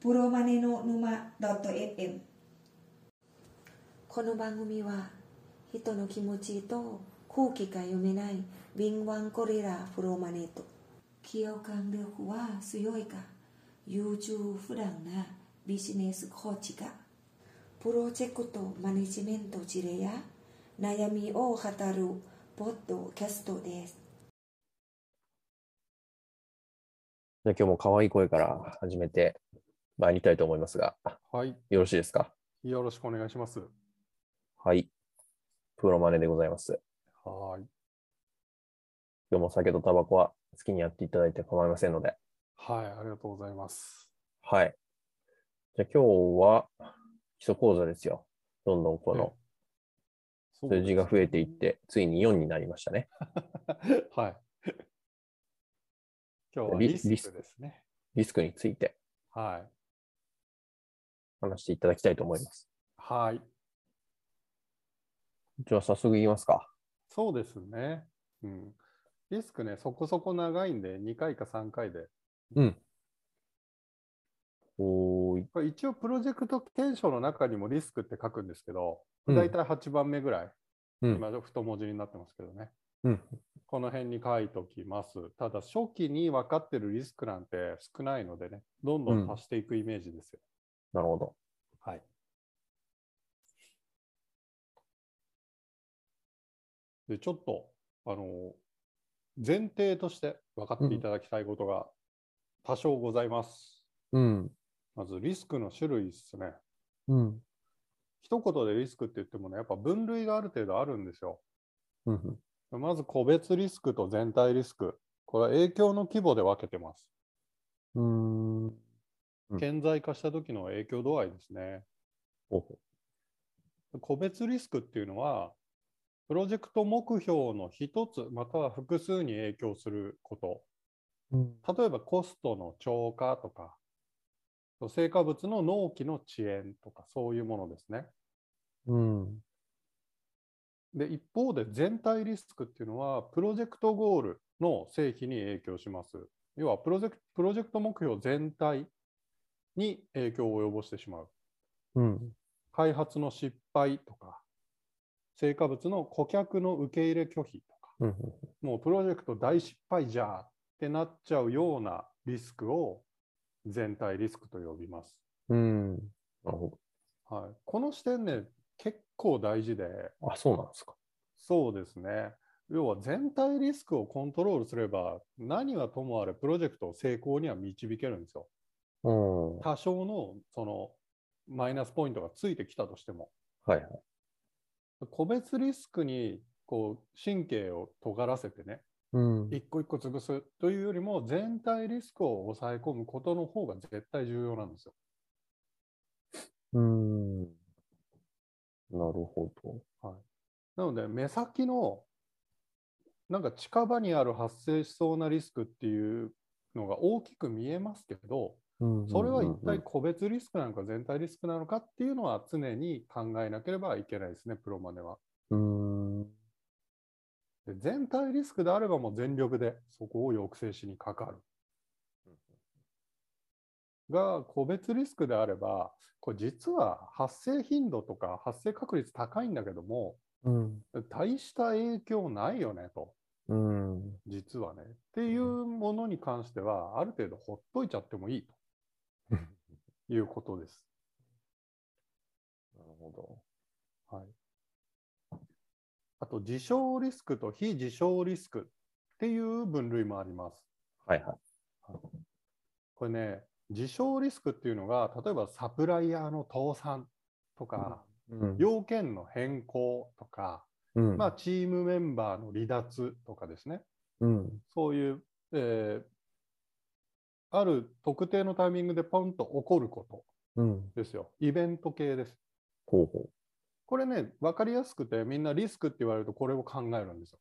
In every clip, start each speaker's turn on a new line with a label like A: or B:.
A: プロマネの沼 .fm この番組は人の気持ちと空気が読めない敏腕コレラプロマネと企業間力は強いか優柔不断なビジネスコーチがプロジェクトマネジメント事例や悩みを語るポッドキャストです
B: じゃあ今日も可愛い声から始めて参りたいと思いますが、
C: はい、
B: よろしいですか
C: よろしくお願いします。
B: はい。プロマネでございます。
C: はーい。
B: 今日も酒とタバコは好きにやっていただいて構いませんので。
C: はい、ありがとうございます。
B: はい。じゃあ今日は基礎講座ですよ。どんどんこの
C: そう
B: 数字が増えていって、ついに4になりましたね。
C: ですね。 はい。今日は
B: リ
C: リス
B: リス
C: クですね。
B: リスクについて
C: はい。
B: 話していただきたいと思います。
C: はい。
B: じゃあ早速いきますか。
C: そうですね。うん。リスクね、そこそこ長いんで、2回か3回で。
B: おーい。
C: これ一応、プロジェクト検証の中にもリスクって書くんですけど、
B: うん
C: だいたい8番目ぐらい、
B: うん
C: 今、太文字になってますけどね。
B: うん
C: この辺に書いときます。ただ、初期に分かってるリスクなんて少ないのでね、どんどん足していくイメージですよ。
B: なるほど。
C: はい。で、ちょっと、あの、前提として分かっていただきたいことが多少ございます。
B: うん。
C: まず、リスクの種類ですね。
B: うん。
C: 一言でリスクって言ってもね、やっぱ分類がある程度あるんですよ。
B: うん。
C: まず、個別リスクと全体リスク。これは影響の規模で分けてます。
B: うん。うん
C: 顕在化した時の影響度合いですね。
B: お
C: 個別リスクっていうのは、プロジェクト目標の一つまたは複数に影響するこ
B: うん。
C: と。例えばコストの超過とか、成果物の納期の遅延とか、そういうものですね。
B: うん。
C: で、一方で全体リスクっていうのは、プロジェクトゴールの成否に影響します。要はプロジェク、プロジェクト目標全体に影響を及ぼしてしまう。
B: うん。
C: 開発の失敗とか、成果物の顧客の受け入れ拒否とか、
B: うん。
C: もうプロジェクト大失敗じゃーってなっちゃうようなリスクを全体リスクと呼びます。
B: うん。なるほど。
C: はい、この視点ね、結構大事で、
B: あ、そうなんですか。
C: そうですね。要は全体リスクをコントロールすれば、何はともあれプロジェクトを成功には導けるんですよ。
B: うん。は
C: 多少のそのマイナスポイントがついてきたとしても。
B: いはい。
C: 個別リスクにこう神経を尖らせてね、
B: うん。
C: 一個一個潰すというよりも、全体リスクを抑え込むことの方が絶対重要なんですよ。
B: うん。なるほど。
C: なので、目先の、なんか近場にある発生しそうなリスクっていうのが大きく見えますけど、
B: うん
C: それは一
B: うん
C: 体個別リスクなのか全体リスクなのかっていうのは常に考えなければいけないですね、プロマネは。
B: うん。うん
C: で全体リスクであればもう全力でそこを抑制しにかかる。が個別リスクであれば、これ実は発生頻度とか発生確率高いんだけども、
B: うん。
C: 大した影響ないよねと、
B: うん。
C: 実はね。っていうものに関しては、ある程度ほっといちゃってもいい
B: なる
C: ということです。
B: ほど。
C: はい、あと、自傷リスクと非自傷リスクっていう分類もあります。
B: はいはい。
C: これね、自傷リスクっていうのが、例えばサプライヤーの倒産とか、
B: うん
C: 要件の変更とか、
B: うん。
C: まあ、チームメンバーの離脱とかですね、
B: うん。
C: そういう、えーある特定のタイミングでポンと起こるこ
B: うん。
C: とですよ、イベント系です。
B: ほうほ
C: これね、分かりやすくて、みんなリスクって言われると、これを考えるんです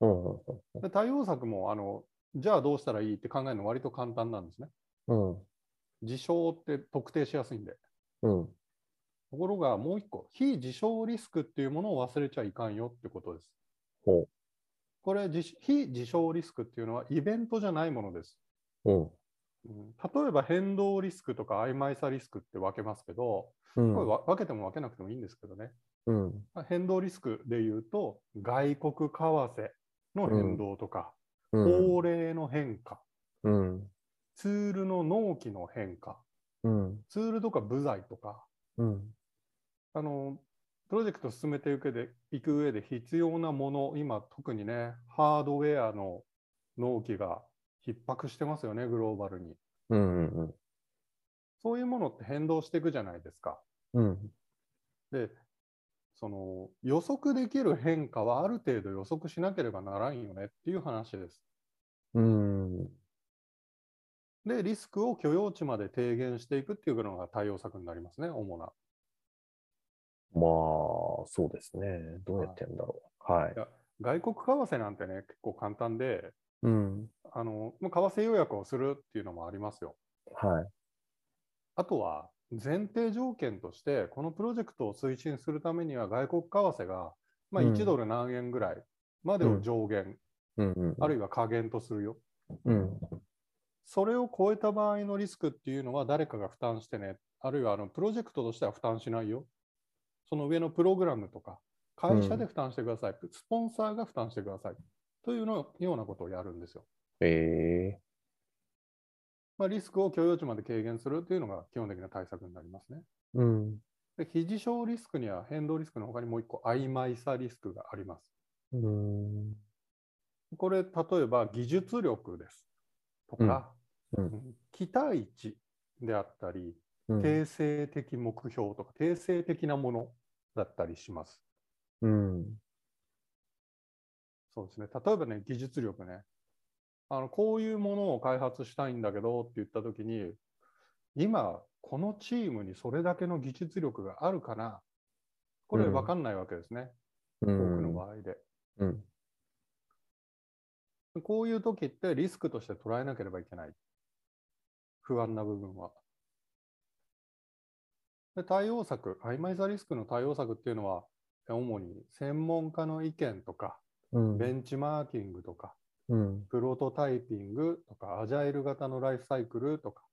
B: う。うん
C: よ。で対応策もあの、じゃあどうしたらいいって考えるの、割と簡単なんですね。
B: うん。
C: 事象って特定しやすいんで。
B: うん。うん。
C: ところがもう一個、非自傷リスクっていうものを忘れちゃいかんよってことです。
B: ほう
C: これ、自非自傷リスクっていうのはイベントじゃないものです。
B: うん。
C: うん例えば変動リスクとか曖昧さリスクって分けますけど、
B: うん
C: これわ分けても分けなくてもいいんですけどね、
B: うん。
C: 変動リスクでいうと、外国為替の変動とか、
B: うん。
C: 法令の変化、
B: うん。
C: ツールの納期の変化、
B: うん。
C: ツールとか部材とか、
B: うん。
C: あのプロジェクト進めていく上でいく上で必要なもの、今、特にね、ハードウェアの納期が逼迫してますよね、グローバルに。
B: うん。うん。
C: そういうものって変動していくじゃないですか。
B: うん。
C: で、その予測できる変化はある程度予測しなければならんよねっていう話です。
B: うん。
C: で、リスクを許容値まで低減していくっていうのが対応策になりますね、主な。
B: まあ、そうですね。どうやってやるんだろう。はい。
C: 外国為替なんてね、結構簡単で、
B: うん。
C: あのまあ為替予約をするっていうのもありますよ。
B: はい。
C: あとは前提条件として、このプロジェクトを推進するためには、外国為替が、まあ、
B: うん
C: 1ドル何円ぐらいまでを上限、
B: うん。うん
C: あるいは下限とするよ。
B: うん。
C: それを超えた場合のリスクっていうのは誰かが負担してね、あるいはあのプロジェクトとしては負担しないよ。その上のプログラムとか、会社で負担してください、スポンサーが負担してくださいというのようなことをやるんですよ。
B: ええ
C: まあ、リスクを許容値まで軽減するというのが基本的な対策になりますね。
B: うん。
C: で非事象リスクには変動リスクの他にもう一個曖昧さリスクがあります。
B: うん。
C: これ例えば技術力ですと
B: う
C: か、
B: んうん
C: うん期待値であったり、
B: うん。
C: 定性的目標とか定性的なものだったりします。
B: うん。
C: そうですね。例えばね、技術力ね。あの、こういうものを開発したいんだけどって言ったときに、今、このチームにそれだけの技術力があるかなこれ
B: うん
C: 分かんないわけですね。
B: う
C: 多くの
B: ん。
C: 場合で。
B: うん。
C: こういう時ってリスクとして捉えなければいけない。不安な部分は。で対応策、曖昧さリスクの対応策っていうのは、主に専門家の意見とか、
B: うん。
C: ベンチマーキングとか、
B: うん。
C: プロトタイピングとか、アジャイル型のライフサイクルとか、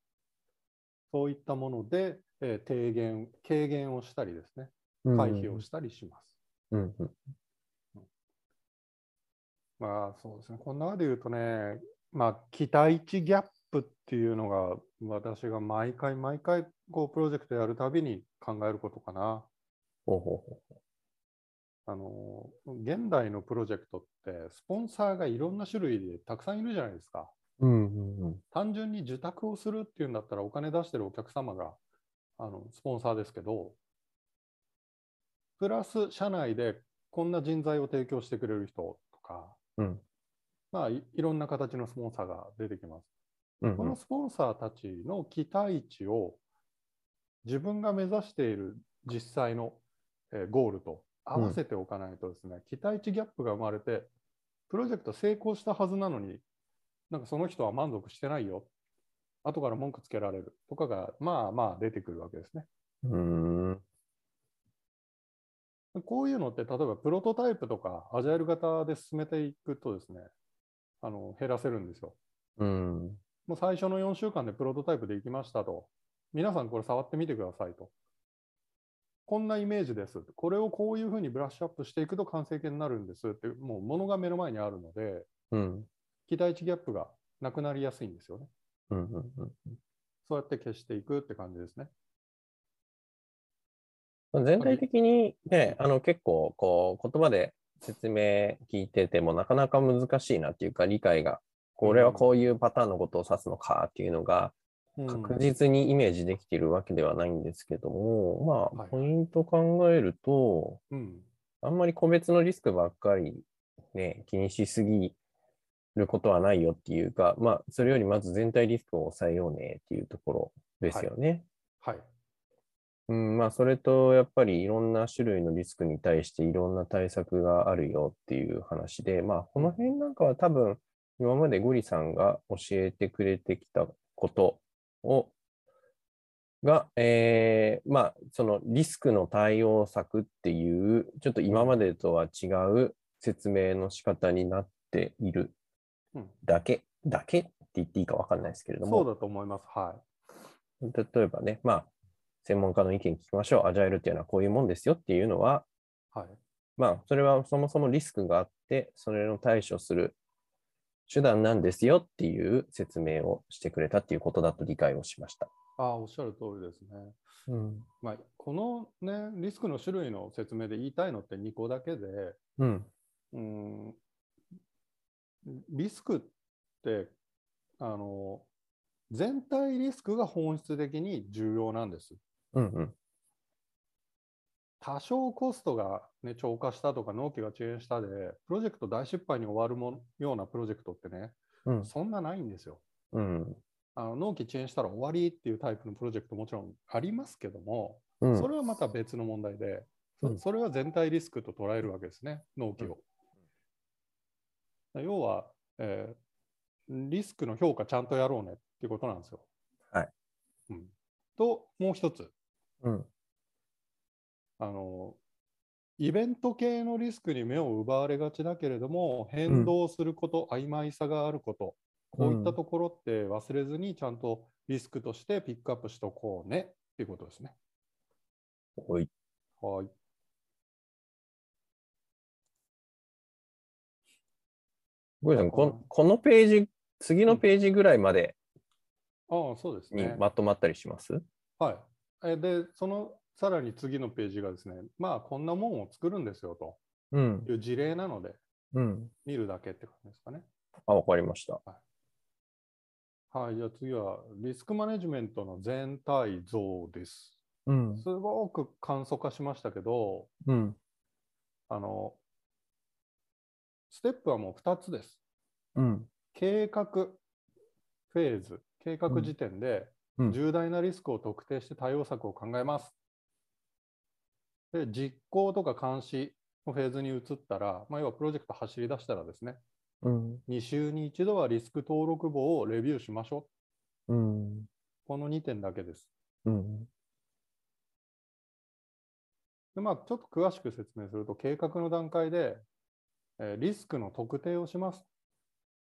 C: そういったもので、えー低減、軽減をしたりですね、回避をしたりします。
B: うん。
C: まあそうですね、この中で言うとね、まあ、期待値ギャップっていうのが、私が毎回毎回、こう、プロジェクトやるたびに考えることかな。
B: ほうほうほ
C: あの、現代のプロジェクトって、スポンサーがいろんな種類でたくさんいるじゃないですか。
B: う。うん。うん。
C: 単純に受託をするっていうんだったら、お金出してるお客様が、あの、スポンサーですけど、プラス社内でこんな人材を提供してくれる人とか、
B: うん。
C: まあ、いいろんな形のスポンサーが出てきます。
B: うん。
C: このスポンサーたちの期待値を自分が目指している実際のえーゴールと合わせておかないとですね、期待値ギャップが生まれて、プロジェクト成功したはずなのに、なんかその人は満足してないよ、後から文句つけられるとかが、まあまあ出てくるわけですね。
B: うん。
C: こういうのって、例えばプロトタイプとか、アジャイル型で進めていくとですね、あの減らせるんですよ。
B: うん。
C: もう最初の4週間でプロトタイプできましたと。皆さんこれ触ってみてくださいと。こんなイメージです。これをこういうふうにブラッシュアップしていくと完成形になるんですって、もうものが目の前にあるので、
B: うん。
C: 期待値ギャップがなくなりやすいんですよね。
B: うん。うん。
C: そうやって消していくって感じですね。
B: 全体的にね、あの結構こう言葉で説明聞いててもなかなか難しいなっていうか理解が、これはこういうパターンのことを指すのかっていうのが
C: うん
B: 確実にイメージできているわけではないんですけども、ま
C: は
B: あ
C: い
B: ポイント考えると、
C: うん。
B: あんまり個別のリスクばっかりね、気にしすぎることはないよっていうか、まあそれよりまず全体リスクを抑えようねっていうところですよね。
C: はい。
B: うん、まあ、それと、やっぱりいろんな種類のリスクに対していろんな対策があるよっていう話で、まあ、この辺なんかは多分、今までゴリさんが教えてくれてきたことを、が、えーまあ、そのリスクの対応策っていう、ちょっと今までとは違う説明の仕方になっている
C: うん
B: だけ、だけ言っていいか分かんないですけれども、
C: そうだと思います。はい。
B: 例えばね、まあ、専門家の意見聞きましょう、アジャイルっていうのはこういうもんですよっていうのは、
C: はい。
B: まあ、それはそもそもリスクがあって、それの対処する手段なんですよっていう説明をしてくれたっていうことだと理解をしました。
C: ああ、おっしゃる通りですね。
B: うん。
C: まあ、このね、リスクの種類の説明で言いたいのって2個だけで、
B: うん。
C: うん、リスクって、あの、全体リスクが本質的に重要なんです。
B: うんうん。
C: 多少コストが、ね、超過したとか納期が遅延したでプロジェクト大失敗に終わるものようなプロジェクトってね
B: うん。
C: そんなないんですよ。
B: うん。
C: あの納期遅延したら終わりっていうタイプのプロジェクトもちろんありますけども
B: うん
C: それはまた別の問題で、
B: う
C: そ
B: ん
C: それは全体リスクと捉えるわけですね納期を。要は、えーリスクの評価ちゃんとやろうねっていうことなんですよ。
B: はい
C: うん、ともう一つ
B: うん。
C: あのイベント系のリスクに目を奪われがちだけれども変動すること、曖昧さがあることこういったところって忘れずにちゃんとリスクとしてピックアップしとこうねっていうことですね。
B: おい。
C: はい
B: ゴリさん、ここのページ、次のページぐらいまで
C: ああそうです
B: に
C: ね。
B: まとまったりします、
C: はい、えでそのさらに次のページがですねまあこんなもんを作るんですよと
B: うん。
C: いう事例なので
B: うん。
C: 見るだけって感じですかね。
B: あ、わかりました。
C: はい、じゃあ次はリスクマネジメントの全体像です。
B: うん。
C: すごく簡素化しましたけど、
B: うん。
C: あの、ステップはもう2つです。
B: うん。
C: 計画フェーズ、計画時点で
B: うん
C: 重大なリスクを特定して対応策を考えます。で、実行とか監視のフェーズに移ったら、まあ、要はプロジェクト走り出したらですね、
B: うん。
C: 2週に1度はリスク登録簿をレビューしましょう。
B: うん。
C: この2点だけです。
B: うん。
C: でまあ、ちょっと詳しく説明すると、計画の段階で、えーリスクの特定をします。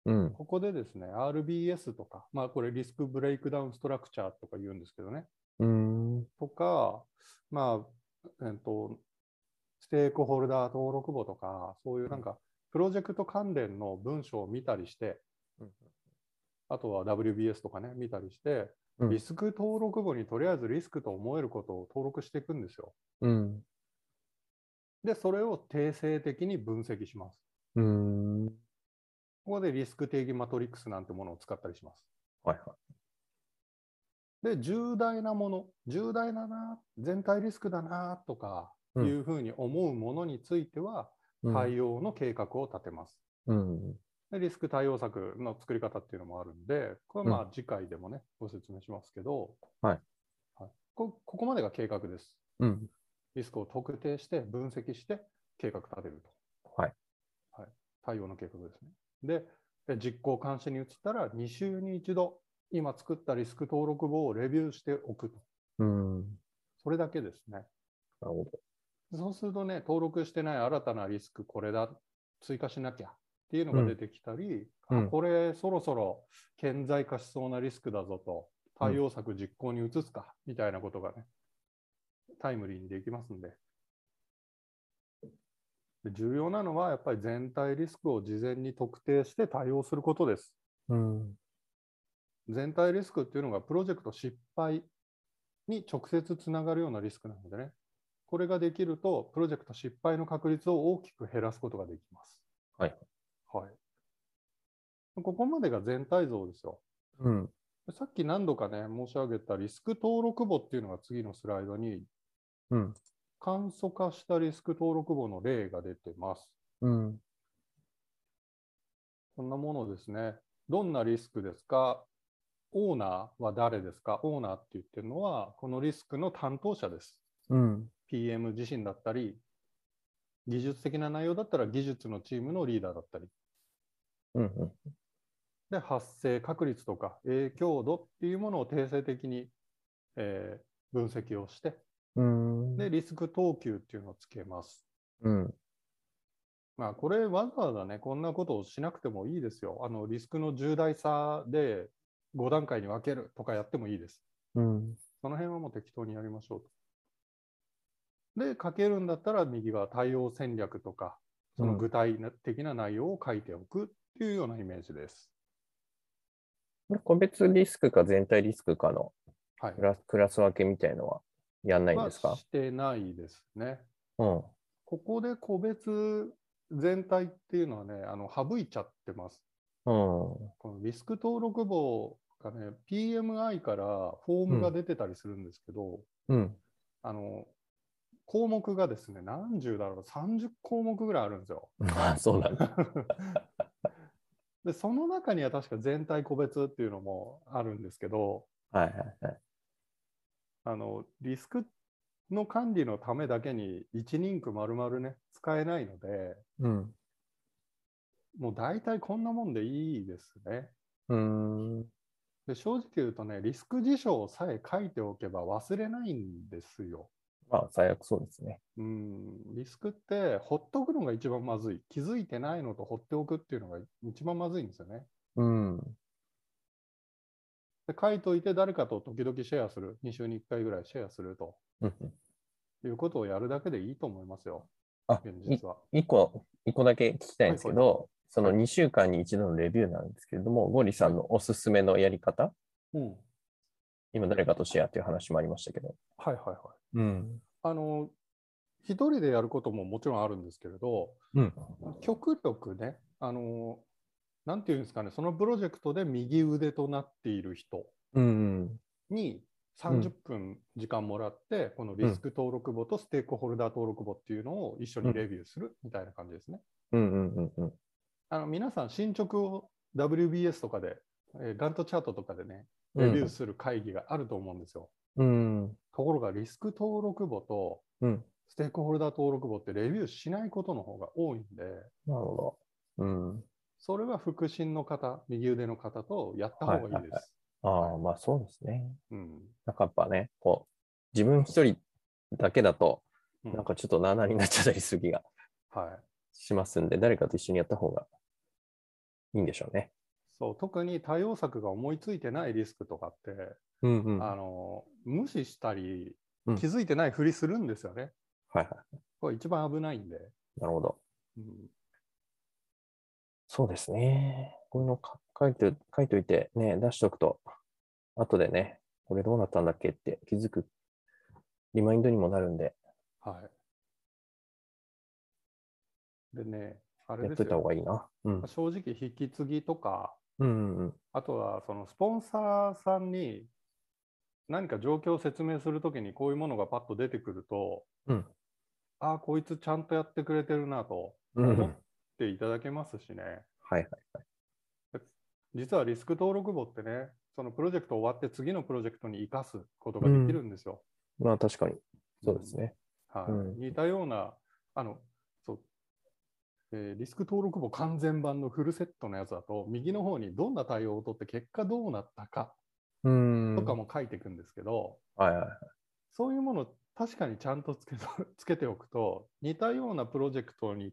B: うん。
C: ここでですね、RBS とか、まあこれリスクブレイクダウンストラクチャーとか言うんですけどね、
B: うん。
C: とか、まあ、えっと、ステークホルダー登録簿とか、そういうなんか、プロジェクト関連の文章を見たりして
B: うん、
C: あとは WBS とかね、見たりして、
B: うん
C: リスク登録簿にとりあえずリスクと思えることを登録していくんですよ。
B: うん。
C: で、それを定性的に分析します。
B: うん。
C: ここでリスク定義マトリックスなんてものを使ったりします。
B: はいはい。
C: で、重大なもの、重大だな、全体リスクだなとかい
B: うん
C: うふうに思うものについては、対応の計画を立てます。
B: うん。
C: でリスク対応策の作り方っていうのもあるんで、これはまあ次回でもね、ご説明しますけど、
B: はい
C: はいこ、ここまでが計画です。
B: うん。
C: リスクを特定して、分析して、計画立てると。
B: はい
C: はい。対応の計画ですね。で、で実行監視に移ったら、2週に1度、今作ったリスク登録簿をレビューしておくと。
B: うん。
C: それだけですね。
B: なるほど。
C: そうするとね、登録してない新たなリスク、これだ、追加しなきゃっていうのが出てきたり、
B: うん
C: あ
B: うん
C: これ、そろそろ顕在化しそうなリスクだぞと、
B: うん
C: 対応策実行に移すか、みたいなことがね、タイムリーにできますんで。で重要なのは、やっぱり全体リスクを事前に特定して対応することです。
B: うん。
C: 全体リスクっていうのがプロジェクト失敗に直接つながるようなリスクなのでね、これができると、プロジェクト失敗の確率を大きく減らすことができます。
B: はい。
C: はい。ここまでが全体像ですよ。
B: うん。
C: さっき何度かね、申し上げたリスク登録簿っていうのが次のスライドに、
B: うん。
C: 簡素化したリスク登録簿の例が出てます。
B: うん。
C: こんなものですね。どんなリスクですかオーナーは誰ですかオーナーって言ってるのは、このリスクの担当者です。
B: うん。
C: PM 自身だったり、技術的な内容だったら技術のチームのリーダーだったり、
B: うん。
C: で発生確率とか影響度っていうものを定性的に、えー分析をして、
B: うん。
C: で、リスク等級っていうのをつけます。
B: うん。
C: まあ、これわざわざね、こんなことをしなくてもいいですよ。あの、リスクの重大さで5段階に分けるとかやってもいいです。
B: うん。
C: その辺はもう適当にやりましょうと。で、書けるんだったら右側対応戦略とか、その具体的な内容を書いておくっていうようなイメージです。
B: 個別リスクか全体リスクかの
C: はい。
B: クラスクラス分けみたいのはやんないんです
C: は
B: か
C: してないですね。
B: うん。
C: ここで個別全体っていうのはね、あの省いちゃってます。
B: うん。
C: このリスク登録簿がね、PMI からフォームが出てたりするんですけど、
B: うん。
C: あの、項目がですね、何十だろう、30項目ぐらいあるんですよ。
B: まあ、そうなんだ。
C: で、その中には確か全体個別っていうのもあるんですけど、
B: はいはいはい。
C: あの、リスクの管理のためだけに一人区丸々ね、使えないので、
B: うん。
C: もう大体こんなもんでいいですね。
B: うん。
C: で正直言うとね、リスク事象さえ書いておけば忘れないんですよ。
B: まあ、最悪そうですね。
C: うん、リスクって、ほっとくのが一番まずい。気づいてないのとほっておくっていうのが一番まずいんですよね。
B: うん。
C: で書いといて、誰かと時々シェアする。2週に1回ぐらいシェアすると
B: うん
C: いうことをやるだけでいいと思いますよ。
B: あ
C: 現実は。
B: 一個、一個だけ聞きたいんですけ
C: は
B: ど、その2週間に一度のレビューなんですけれども、ゴリさんのおすすめのやり方、
C: うん。はい
B: 今誰かとシェアという話もありましたけど。
C: はいはい。
B: うん。
C: あの、一人でやることももちろんあるんですけれど、
B: うん。
C: 極力ね、あの、なんていうんですかね、そのプロジェクトで右腕となっている人
B: うん。
C: に
B: ん
C: 30分時間もらって、このリスク登録簿とステークホルダー登録簿っていうのを一緒にレビューするみたいな感じですね。
B: うんうんうんうん。
C: あの皆さん、進捗を WBS とかで、えーガントチャートとかでね、レビューする会議があると思うんですよ。
B: うん。
C: ところが、リスク登録簿と
B: うん。
C: ステークホルダー登録簿ってレビューしないことの方が多いんで、
B: なるほど。うん。
C: それは腹心の方、右腕の方とやった方がいいです。
B: ああ、まあそうですね。
C: うん
B: なんかやっぱね、こう、自分一人だけだと、
C: うん
B: なんかちょっとなあなあになっちゃったりする気が
C: はい。
B: しますんで、誰かと一緒にやった方がいいんでしょうね。
C: そう、特に対応策が思いついてないリスクとかって、
B: うんうんは
C: あの無視したり
B: うん、
C: 気づいてないふりするんですよね。
B: いはい。
C: これ一番危ないんで。
B: なるほど。
C: うん
B: そうですね。こういうのか書いて、書いといてね、出しとくと、後でね、これどうなったんだっけって気づく、リマインドにもなるんで、
C: はい。でね、あれ
B: やっ
C: で
B: と
C: す
B: いた方
C: よ。
B: がいいな。うん。
C: 正直、引き継ぎとか、
B: うんうん
C: あとはそのスポンサーさんに何か状況を説明するときにこういうものがパッと出てくると、
B: うん
C: ああ、こいつちゃんとやってくれてるなと
B: うん。うん。
C: 思っていただけますしね。
B: はいはい。
C: 実はリスク登録簿ってね、そのプロジェクト終わって次のプロジェクトに生かすことができるんですよ。
B: まあ確かに、そうですね。
C: はい
B: うん
C: 似たような、あの、そう、えーリスク登録簿完全版のフルセットのやつだと、右の方にどんな対応を取って結果どうなったか
B: うん
C: とかも書いていくんですけど、
B: はいはい。
C: そういうもの確かにちゃんとつけと つけておくと、似たようなプロジェクトに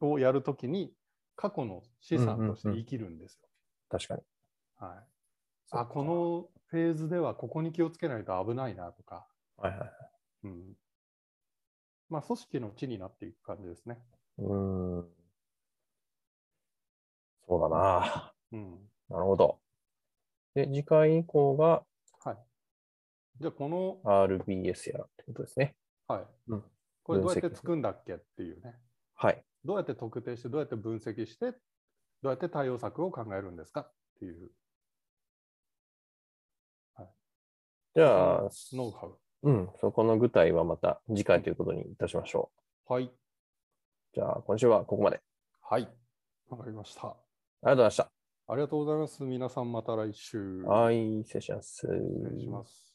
C: をやるときに、過去の資産として生きるんですよ。
B: 確かに。
C: はい。あ、このフェーズではここに気をつけないと危ないなとか、
B: の。はいはい。
C: うん。まあ、組織の地になっていく感じですね。
B: うーん。そうだな。
C: うん。
B: なるほど。で、次回以降が
C: はい。じゃあ、この、
B: RBS やらってことですね。
C: はい。
B: うん
C: これどうや
B: 分
C: って
B: 析
C: 作るんだっけっていうね。
B: はい。
C: どうやって特定して、どうやって分析して、どうやって対応策を考えるんですかっていう
B: じゃあ、
C: ノウハウ。
B: うん、そこの具体はまた次回ということにいたしましょ
C: はい。
B: う。じゃあ、今週はここまで。
C: はい。わかりました。
B: ありがとうございました。
C: ありがとうございます。皆さんまた来週。
B: はい、失礼します。
C: お願いします。